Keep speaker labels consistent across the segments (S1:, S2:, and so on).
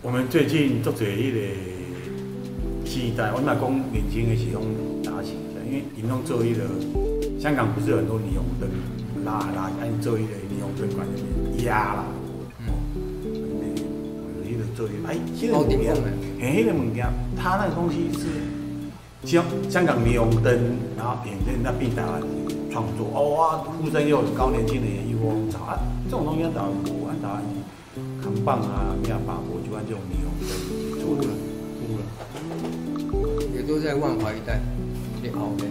S1: 我们最近做侪迄个时代，我那讲年轻的是用打起的，因为因拢做迄、个，香港不是很多霓虹灯拉来拉去，按做迄个霓虹灯管里压啦，哦，嗯，迄个做迄、哎，迄、个物件，嘿，迄、个物件，它那个东西是香香港霓虹灯，然后演变那变台湾创作，哦啊，陆生又很高年轻的演艺风潮啊，这种东西台湾不按台湾。扛棒啊、面棒、我就按这种霓虹灯做的，
S2: 哭了，也都在万华一带，也熬的，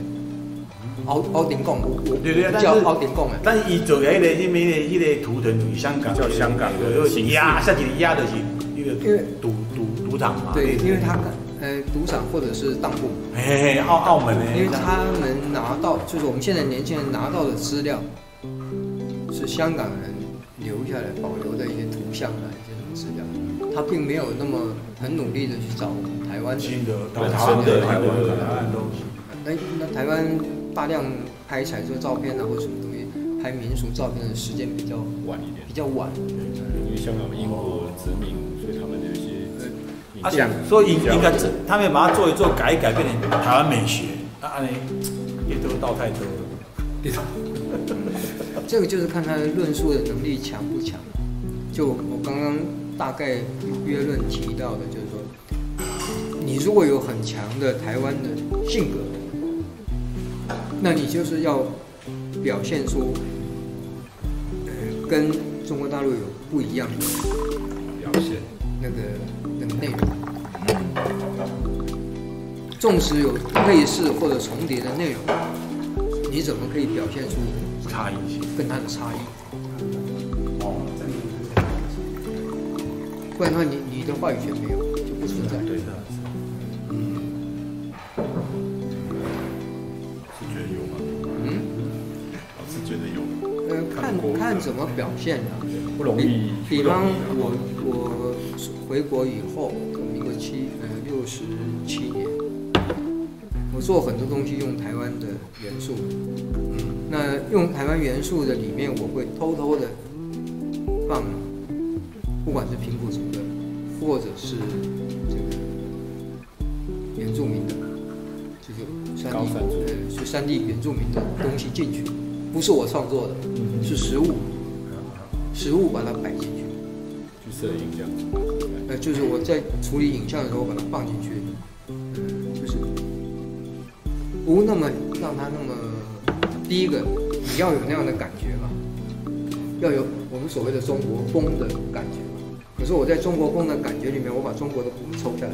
S2: 熬熬顶贡，我
S1: 对对，
S2: 我
S1: 但
S2: 叫
S1: 是
S2: 熬顶贡哎，
S1: 但是伊做的迄个迄面的迄个图腾与香港
S3: 叫香港的
S1: 有
S3: 形式
S1: 压下去压的是那个赌赌赌场嘛，
S2: 对，
S1: 那个
S2: 因为他呃赌场或者是当铺，
S1: 嘿嘿嘿澳澳门的，
S2: 因为他们拿到就是我们现在年轻人拿到的资料，是香港人留下来保留的一些图像啊，一些什么资料，他并没有那么很努力的去找我们台湾的
S1: 新的台
S3: 本
S1: 湾
S3: 身的
S1: 台湾
S3: 那个
S1: 台湾的东西，
S2: 那那台湾大量拍彩色照片啊，或者什么东西，拍民俗照片的时间比较
S3: 晚一点
S2: 比，较晚。
S3: 因为香港英国殖民，所以他们有一些
S1: 啊
S3: 影像，，
S1: 所以应该他们把它做一做改一改，变成台湾美学，那安尼也都到太多了。
S2: 这个就是看他的论述的能力强不强。就我刚刚大概约论提到的，就是说，你如果有很强的台湾的性格，那你就是要表现出，呃，跟中国大陆有不一样的呃
S3: 表现，
S2: 那个那个内容。纵使有类似或者重叠的内容，你怎么可以表现出
S1: 差异性
S2: 跟它的差异？
S1: 哦，
S2: 不然的话你，你的话语权没有，就不存在。嗯
S1: 对的，是的
S3: 是觉得有吗？
S2: 嗯，
S3: 老是觉得有，
S2: 呃，
S3: 看过
S2: 看看怎么表现啊。
S3: 不容
S2: 比
S3: 易，
S2: 比
S3: 不
S2: 方
S3: 容易啊
S2: 我我回国以后，民国七呃六十七年，我做很多东西用台湾的元素，嗯那用台湾元素的里面，我会偷偷的放，不管是平埔族的，或者是这个原住民的，就是山
S3: 高
S2: 地
S3: 山族
S2: 呃是山地原住民的东西进去，不是我创作的，是实物，实物把它摆进去。
S3: 去摄影这样子，
S2: 呃，就是我在处理影像的时候把它放进去，嗯就是不那么让它那么，第一个你要有那样的感觉嘛，要有我们所谓的中国风的感觉嘛。可是我在中国风的感觉里面，我把中国的骨抽下来，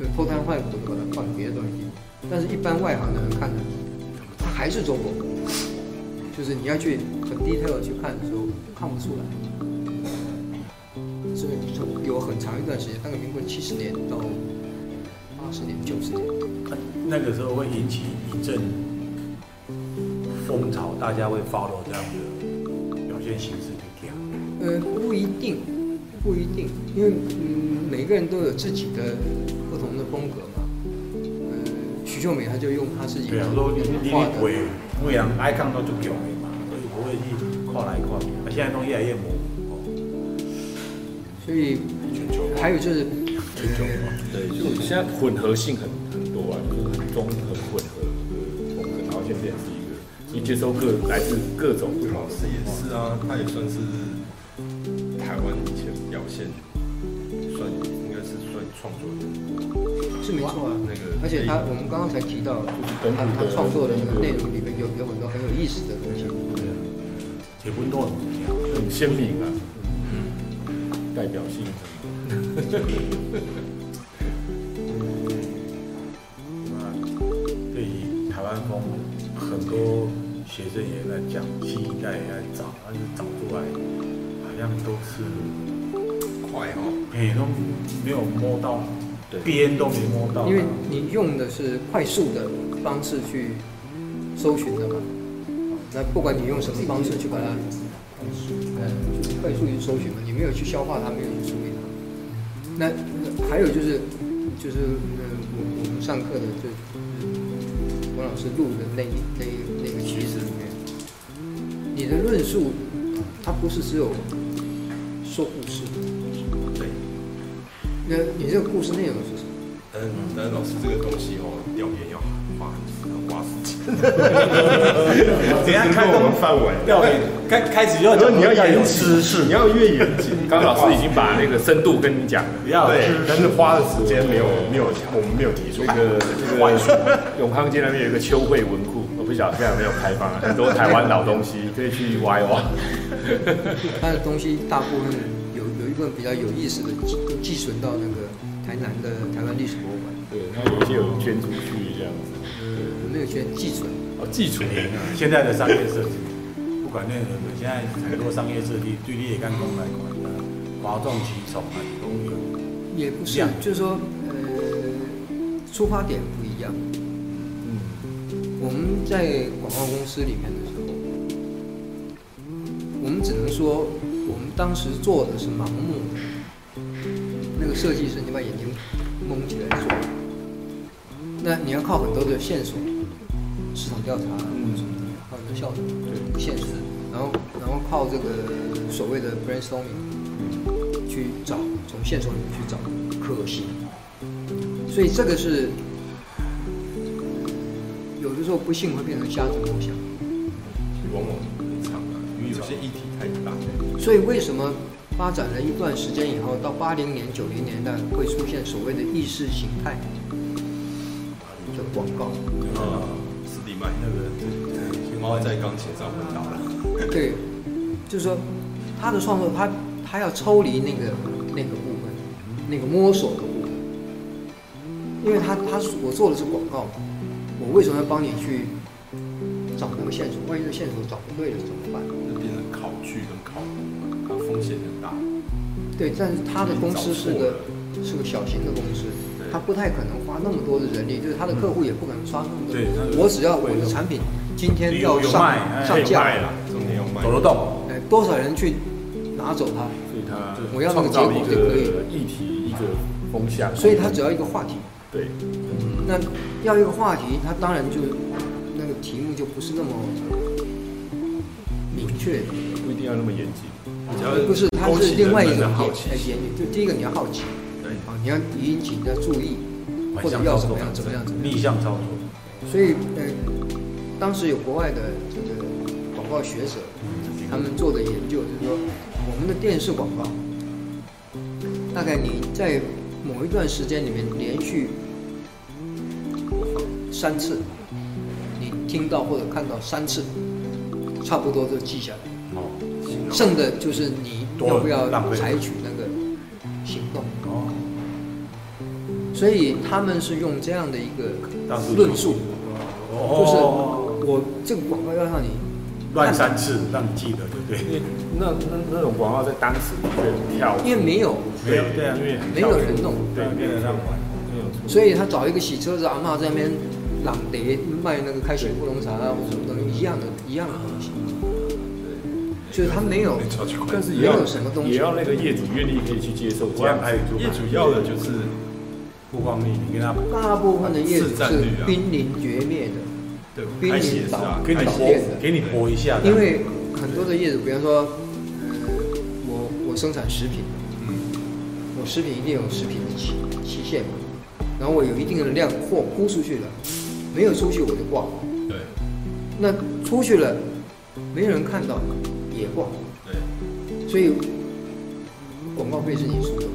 S2: 就偷摊换骨的把它放别的东西进去，但是一般外行的人看的，它还是中国风，就是你要去很 detail 地去看的时候看不出来。所以从有很长一段时间，大概民国七十年到八十年、九十年，
S1: 那个时候会引起一阵风潮，大家会 follow 这样的表现形式去讲。
S2: 呃，不一定，不一定，因为嗯，每个人都有自己的不同的风格嘛。呃，徐秀美她就用她自己
S1: 对啊，说你你
S2: 画
S1: 你
S2: 的，
S1: 鬼，因为人爱看到就强的嘛，所以不会去跨来跨去。啊，现在东西越来越模糊。哦
S2: 所以
S3: 全球化
S2: 还有就是，
S3: 全球化，对，就是现在混合性很很多啊，就是很综合混合的风格，然后现在变成是一个，你接收各来自各种不
S4: 魏
S3: 同
S4: 老师也是啊，他也算是台湾以前表现算应该是算创作的
S2: 是没错啊。
S4: 那个，
S2: 而且她，我们刚刚才提到，就是她她创作的那个内容里面有有很多很有意思的东西。
S1: 对啊，结婚都很重要。
S3: 很鲜明啊，代表性很
S1: 那对于台湾风，很多学生也在讲，新一代也在找，但是找出来好像都是
S4: 快哦，
S1: 嘿，都没有摸到，
S3: 对
S1: 边都没摸到啊，
S2: 因为你用的是快速的方式去搜寻的嘛，那不管你用什么方式去把它，呃，快速去搜寻嘛，你没有去消化它，没有去处理它。那那还有就是，就是呃，我我们上课的就就是王老师录的那一那一那个集子里面，你的论述它不是只有说故事，
S4: 对，
S2: 那你这个故事内容是什么？
S4: 但
S2: 嗯
S4: 但是老师这个东西哦，调研要花很花时间。
S1: 等一下开动
S4: 翻完
S1: 要开开始要
S4: 然后
S1: 讲
S4: 你要
S1: 有
S4: 严
S1: 知识，
S4: 谨，你要越严谨。
S3: 刚刚老师已经把那个深度跟你讲了。
S1: 不要有
S4: 对
S1: 知，
S4: 但
S1: 识
S4: 是花的时间没有没有，我们没有提出
S3: 这个这个永康街那边有一个秋惠文库，我不晓得现在有没有开放啊，很多台湾老东西可以去挖一挖。
S2: 他的东西大部分有有一部分比较有意思的寄寄存到那个台南的台湾历史博物馆，
S3: 对，然后有一些有捐出去这样子。
S2: 没有去寄存。
S3: 哦，寄存的
S4: 嗯
S1: 现在的商业设计，不管任何的，现在很多商业设计对你也看讲来看，啊，哗众取宠啊，都有。
S2: 也不是
S1: 量，
S2: 就是说，呃，出发点不一样。嗯，我们在广告公司里面的时候，我们只能说，我们当时做的是盲目的那个设计是你把眼睛蒙起来做的，那你要靠很多的线索，市场调查，
S3: 嗯
S2: 靠很多效果，线索，然后然后靠这个所谓的 brainstorming。去找，从线索里面去找可行。所以这个是有的时候不幸会变成瞎子摸象。
S4: 往往很长啊，因为有些议题太大。
S2: 所以为什么发展了一段时间以后，到八零年、九零年代会出现所谓的意识形态的广告？
S4: 啊，斯蒂麦那个猫在钢琴上昏倒了。
S2: 对，就是说他的创作，他他要抽离那个那个部分，那个摸索的部分，因为他他我做的是广告，我为什么要帮你去找那个线索？万一这线索找不对了怎么办？
S4: 那变成考据跟考古，它风险很大。
S2: 对，但是他的公司是个是个小型的公司，他不太可能花那么多的人力，就是他的客户也不可能刷那么多。
S1: 对他的
S2: 我只要我的产品今天要
S1: 有有
S2: 上
S1: 卖哎
S2: 上架，
S4: 卖了，重点要卖
S1: 走得动，
S2: 哎，多少人去拿走它？
S3: 所以它
S2: 我要那个结
S3: 创造
S2: 果
S3: 一
S2: 就可
S3: 个
S2: 以
S3: 议题一个风向，
S2: 所以他只要一个话题。
S3: 对
S2: 嗯那要一个话题，它当然就那个题目就不是那么明确，
S3: 不一定要那么严谨，
S4: 只要
S2: 不是它
S4: 勾
S2: 是
S4: 起
S2: 另外一
S4: 人
S2: 种
S4: 们的好
S2: 言
S4: 奇
S2: 呃言语，就第一个你要好奇
S4: 对，
S2: 啊，你要引起你的注意，
S1: 反
S2: 或者
S1: 向
S2: 要
S1: 操
S2: 怎
S1: 作
S2: 么样怎么样怎么样。
S1: 逆向操作，
S2: 所以呃，当时有国外的这个广告学者，他们做的研究就是说，我们的电视广告，大概你在某一段时间里面连续三次，你听到或者看到三次，差不多就记下来，
S1: 哦
S2: 剩的就是你要不要
S1: 多浪费
S2: 采取那个行动。
S1: 哦，
S2: 所以他们是用这样的一个
S1: 当时
S2: 论述，就是
S1: 哦，
S2: 我这个广告要让你
S1: 乱三次让你记得，对不
S3: 因
S1: 对？
S3: 为那那那种广告在当时的确很跳舞，
S2: 因为没有
S1: 没有对啊
S3: 因为很
S2: 没
S3: 跳
S2: 有
S3: 舞
S2: 人弄，
S3: 对，
S1: 让
S3: 没
S1: 别
S3: 有
S1: 人让
S3: 让
S1: 玩，
S3: 没有错，
S2: 所以他找一个洗车子阿嬷在那边朗碟卖那个开水乌龙茶啊或者什么东西一样的一样的东西，就是他没有
S4: 超级快
S3: 但是
S2: 没
S3: 也要
S2: 有什么东西
S3: 也要那个业主愿意可以去接受这
S1: 我
S3: 样
S1: 让，拍一
S4: 业
S1: 组，
S4: 主要的就是
S1: 曝光率，你跟他
S2: 大部分的业主
S4: 市占
S2: 是
S4: 率啊
S2: 濒临绝灭的，
S4: 对
S2: 濒
S4: 开鞋
S2: 临
S4: 子啊
S2: 倒，
S1: 给你
S2: 倒
S1: 播
S2: 店的，
S1: 给你播一下，
S2: 因为很多的业主，比方说，呃，我我生产食品，
S4: 嗯，
S2: 我食品一定有食品的期期限嘛，然后我有一定的量货估出去了，没有出去我就挂，
S4: 对
S2: 那出去了没人看到也挂，
S4: 对，
S2: 所以广告费是你出的，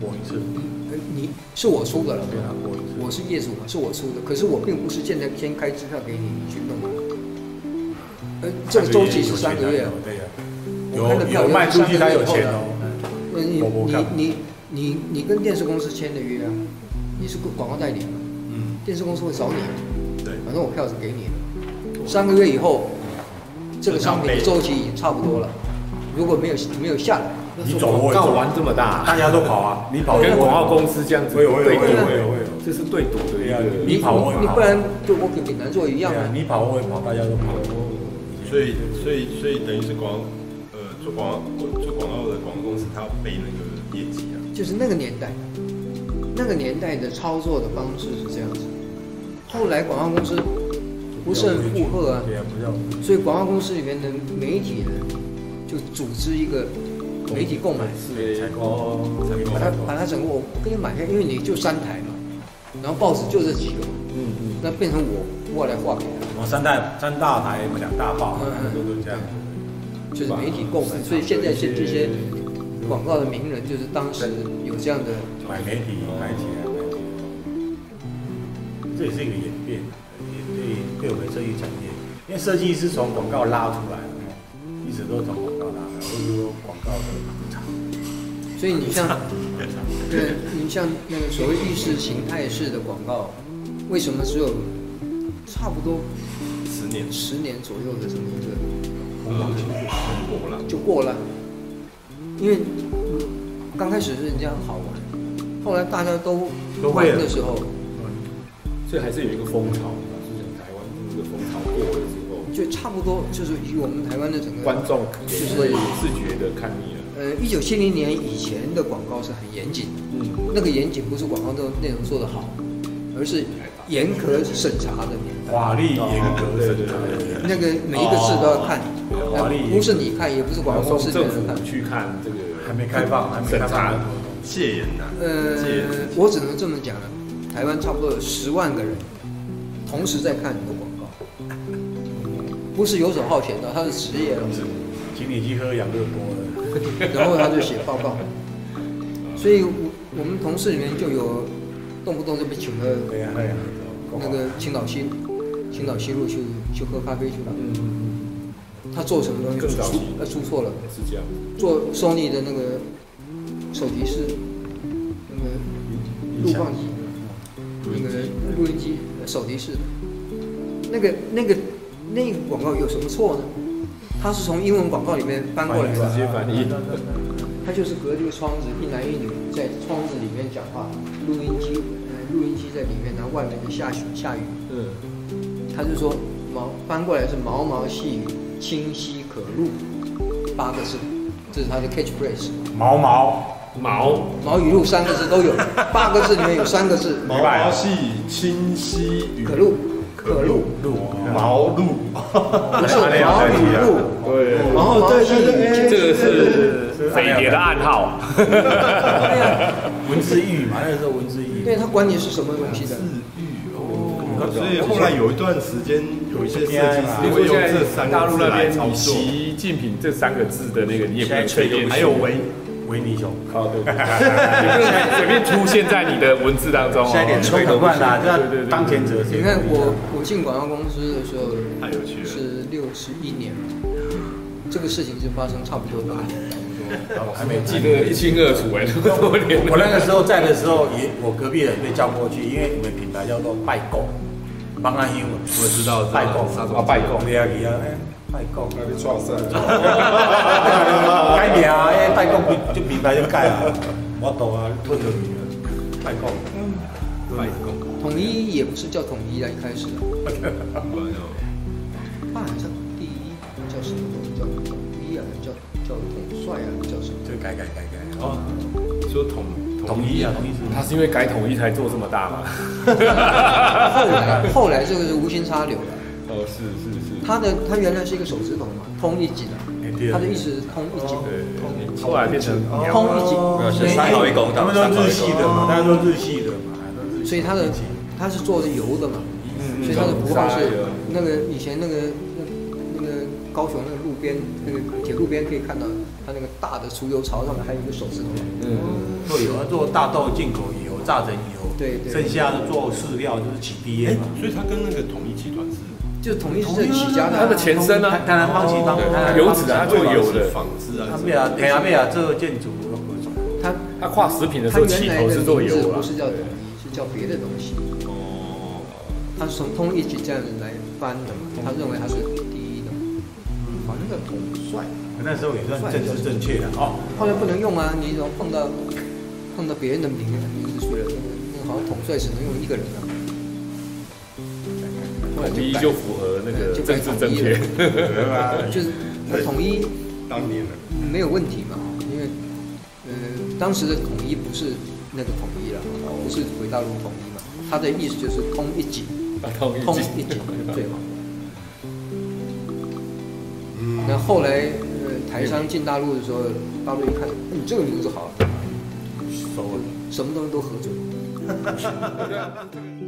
S1: 播一次，
S2: 呃你是我出的了，
S1: 对啊，播一次，
S2: 我是业主嘛，是我出的，可是我并不是现在先开支票给你，你去弄啊，呃，这个周期是三个月啊。
S1: 对呀，
S2: 我看的
S1: 有
S2: 票
S1: 有卖出去他有钱
S2: 三
S1: 哦，
S2: 那你
S1: 我我看
S2: 你你你你跟电视公司签的约啊，你是广告代理嘛，
S4: 嗯
S2: 电视公司会找你，啊
S4: 对，
S2: 反正我票是给你的，三个月以后，这个商品的周期已经差不多了，如果没有没有下来，
S1: 你走我也走，
S3: 这么大，
S1: 大家都跑啊，你跑
S3: 跟广告公司这样子
S1: 会有会有会有
S3: 对
S1: 会
S3: 赌，
S1: 有会有，
S3: 这是对赌的一
S1: 对啊
S3: 个。
S2: 你
S1: 你跑我也跑
S2: 你不然就我给闽南做 一
S1: 对
S2: 样
S1: 啊，
S2: 啊，
S1: 你跑我也跑，大家都跑，
S4: 所以所以所以等于是广告，呃，做广告做广告的广告公司，它要背那个业绩啊，
S2: 就是那个年代，那个年代的操作的方式是这样子，后来广告公司不是很负荷啊，
S1: 对啊，不要。
S2: 所以广告公司里面的媒体人就组织一个媒体购买，
S1: 是采购，采购
S2: 把它把它整个我我给你买下，因为你就三台嘛，然后报纸就这几个嘛，
S3: 嗯嗯，
S2: 那变成我我来画给他，
S1: 我三大三大台，我们两大报，
S2: 嗯
S1: 都是这样。
S2: 就是媒体购买，所以现在这这些广告的名人就是当时有这样的，
S1: 买媒体，买起来，买起来。这也是一个演变，也对对我们设计产业，因为设计是从广告拉出来的，一直都从广告拉出来，或者说广告的厂。
S2: 所以你像
S1: 啊
S2: 对，你像那个所谓意识形态式的广告，为什么只有差不多
S4: 十年
S2: 十年左右的这么一个
S4: 红黄青过了，
S2: 就过了，因为刚开始是人家很好玩，后来大家都
S1: 都
S2: 玩
S1: 会了
S2: 的时候，
S3: 所以还是有一个风潮嘛，就是台湾这个风潮过了之后，
S2: 就差不多就是以我们台湾的整
S3: 观
S2: 个，
S3: 众也会有自觉的看腻了，
S2: 呃，一九七零年以前的广告是很严谨，
S3: 嗯，
S2: 那个严谨不是广告内容内容做得好，而是严格审查的年代，
S1: 法律严格
S3: 对
S1: 审
S3: 对
S1: 查。
S3: 对对，
S2: 那个每一个字都要看，
S1: 哦
S2: 呃
S1: 华丽
S2: 不是你看，也不是
S3: 然
S2: 广告
S3: 后
S2: 公
S3: 哦送
S2: 司别
S3: 政
S2: 人看
S3: 府。去看这个
S1: 还没开放，还没开
S3: 审查
S1: 放。
S4: 戒严呐，
S2: 呃
S4: 戒严时，期
S2: 我只能这么讲了，台湾差不多有十万个人同时在看你的广告，不是游手好闲的，他是职业了，
S1: 请你去喝养乐多了。
S2: 然后他就写报告。所以我，我们同事里面就有动不动就被请了
S1: 对呀，喝养乐多。
S2: 那
S3: 哦
S2: 个青岛西青岛西路去去喝咖啡去了。
S3: 嗯，
S2: 他做什么东西
S3: 更
S2: 出
S3: 早期
S2: 呃出错了，
S3: 是这样，
S2: 做 Sony 的那个手提式那个录放机，那个录音机呃手提式的，那个那个那个广告有什么错呢？它是从英文广告里面翻过来
S3: 直
S2: 的，
S3: 接翻译
S2: 它就是隔这个窗子，一男一女在窗子里面讲话，录音机呃录音机在里面，然后外面就下雪下雨，
S3: 嗯，
S2: 他就说毛翻过来是毛毛细雨，清晰可入，八个字，这是他的 catchphrase。
S1: 毛毛，
S3: 毛
S2: 毛语录三个字都有，八个字里面有三个字
S4: 毛毛细清晰雨
S2: 可入，可入，
S1: 鹿
S4: 毛路，
S2: 不是毛语录，
S3: 对
S2: 然后毛细雨
S3: 这个是匪谍的暗号，
S2: 对呀，
S1: 文字狱嘛，那个时候文字狱。
S2: 对他管你是什么东西的，
S4: 所以后来有一段时间，有一些设计
S3: 啊比
S4: 师
S3: 如
S4: 会
S3: 说
S4: 用
S3: 现
S4: 这
S3: 在
S4: 三
S3: 大
S4: 个
S3: 陆
S4: 字
S3: 那
S4: 来
S3: 边
S4: 操
S3: “
S4: 作，
S3: 习近平”这三个字的那个，你也不能随便，
S4: 还有维，
S1: 维尼熊。
S3: 哦对，你不能随便出现在你的文字当中哦。
S1: 现在连吹都不行啦，就
S3: 对对
S1: 要
S3: 对
S1: 当权者。
S2: 你看我我进广告公司的时候
S4: 太有趣了。
S2: 是六十一年，这个事情是发生差不多八年，
S1: 还没
S3: 记得一清二楚哎，那么多年
S1: 我那个时候在的时候，也我隔壁人被叫过去，因为你们品牌叫做拜购，帮安英文，我
S4: 知道知道
S1: 拜购
S4: 杀
S3: 虫
S1: 拜购，对啊，对啊，哎拜购，
S4: 那你创赛，
S1: 改名啊，哎拜购品就品牌就改啊，我懂啊，吞了你了，拜购，
S4: 卖工，
S2: 统一也不是叫统一来开始的，爸好像第一叫什么叫统一啊，叫叫统帅啊，叫什么？
S1: 就改改改改，
S4: 哦，说统
S1: 统一啊，统一
S3: 他是因为改统一才做这么 大嘛？
S2: 后来后来这个是无心插柳了。
S3: 哦，是是是，
S2: 他的他原来是一个手指头嘛，通一级
S1: 哎
S2: 的
S1: 对，啊
S2: 他就一直通一级，
S3: 对，后来变成
S2: 通一级，
S1: 是
S2: 哦没有
S1: 他们都日系的嘛，大家都日系的嘛，都日系
S2: 所以他的他是做的油的嘛，
S3: 嗯
S2: 所以他的符号是那个以前那个那那个高雄那个路边那个铁路边可以看到，他那个大的储油槽上面还有一个手指头，
S3: 嗯，
S1: 做油，做大豆进口油、榨成油，
S2: 对对
S1: 剩下的做饲料就是起 B
S4: 哎
S1: A 嘛。，
S4: 所以他跟那个统一集团是
S2: 就是统一是这起家的啊，
S3: 他的前身呢
S1: 台台南帮旗帮
S3: 油脂啊，他做油
S4: 是
S3: 的，
S4: 仿制啊
S1: 他，贝啊，台南贝啊，这建筑我不懂
S2: 他
S3: 他跨食品的时
S2: 他
S3: 候
S2: 原
S3: 起
S2: 来
S3: 头
S2: 的
S3: 是做
S2: 名字
S3: 油啊
S2: 不，是叫统一，是叫别的东西，
S4: 哦，
S2: 他是从通一级这样子来翻的嘛，他认为他是第一的，
S3: 嗯
S2: 好像叫统帅。
S1: 那时候也算政治正确的哦。
S2: 后来不能用啊，你只要碰到碰到别人的名名字去了，那个那个好像统帅只能用一个人啊。后来
S3: 统一
S2: 改
S3: 就符合那个
S2: 就改
S3: 政治正确，
S4: 对吧？
S2: 就是统一
S4: 当年的
S2: 没有问题嘛，因为呃当时的统一不是那个统一了，不是回大陆统一嘛，他的意思就是通一级，
S3: 统
S2: 通
S3: 一
S2: 一级
S3: 级，
S2: 最好。那后来呃台台商进大陆的时候，大陆一看，哎你这个名字好，
S1: 收了。
S2: 什么东西都合嘴。
S4: 对啊这个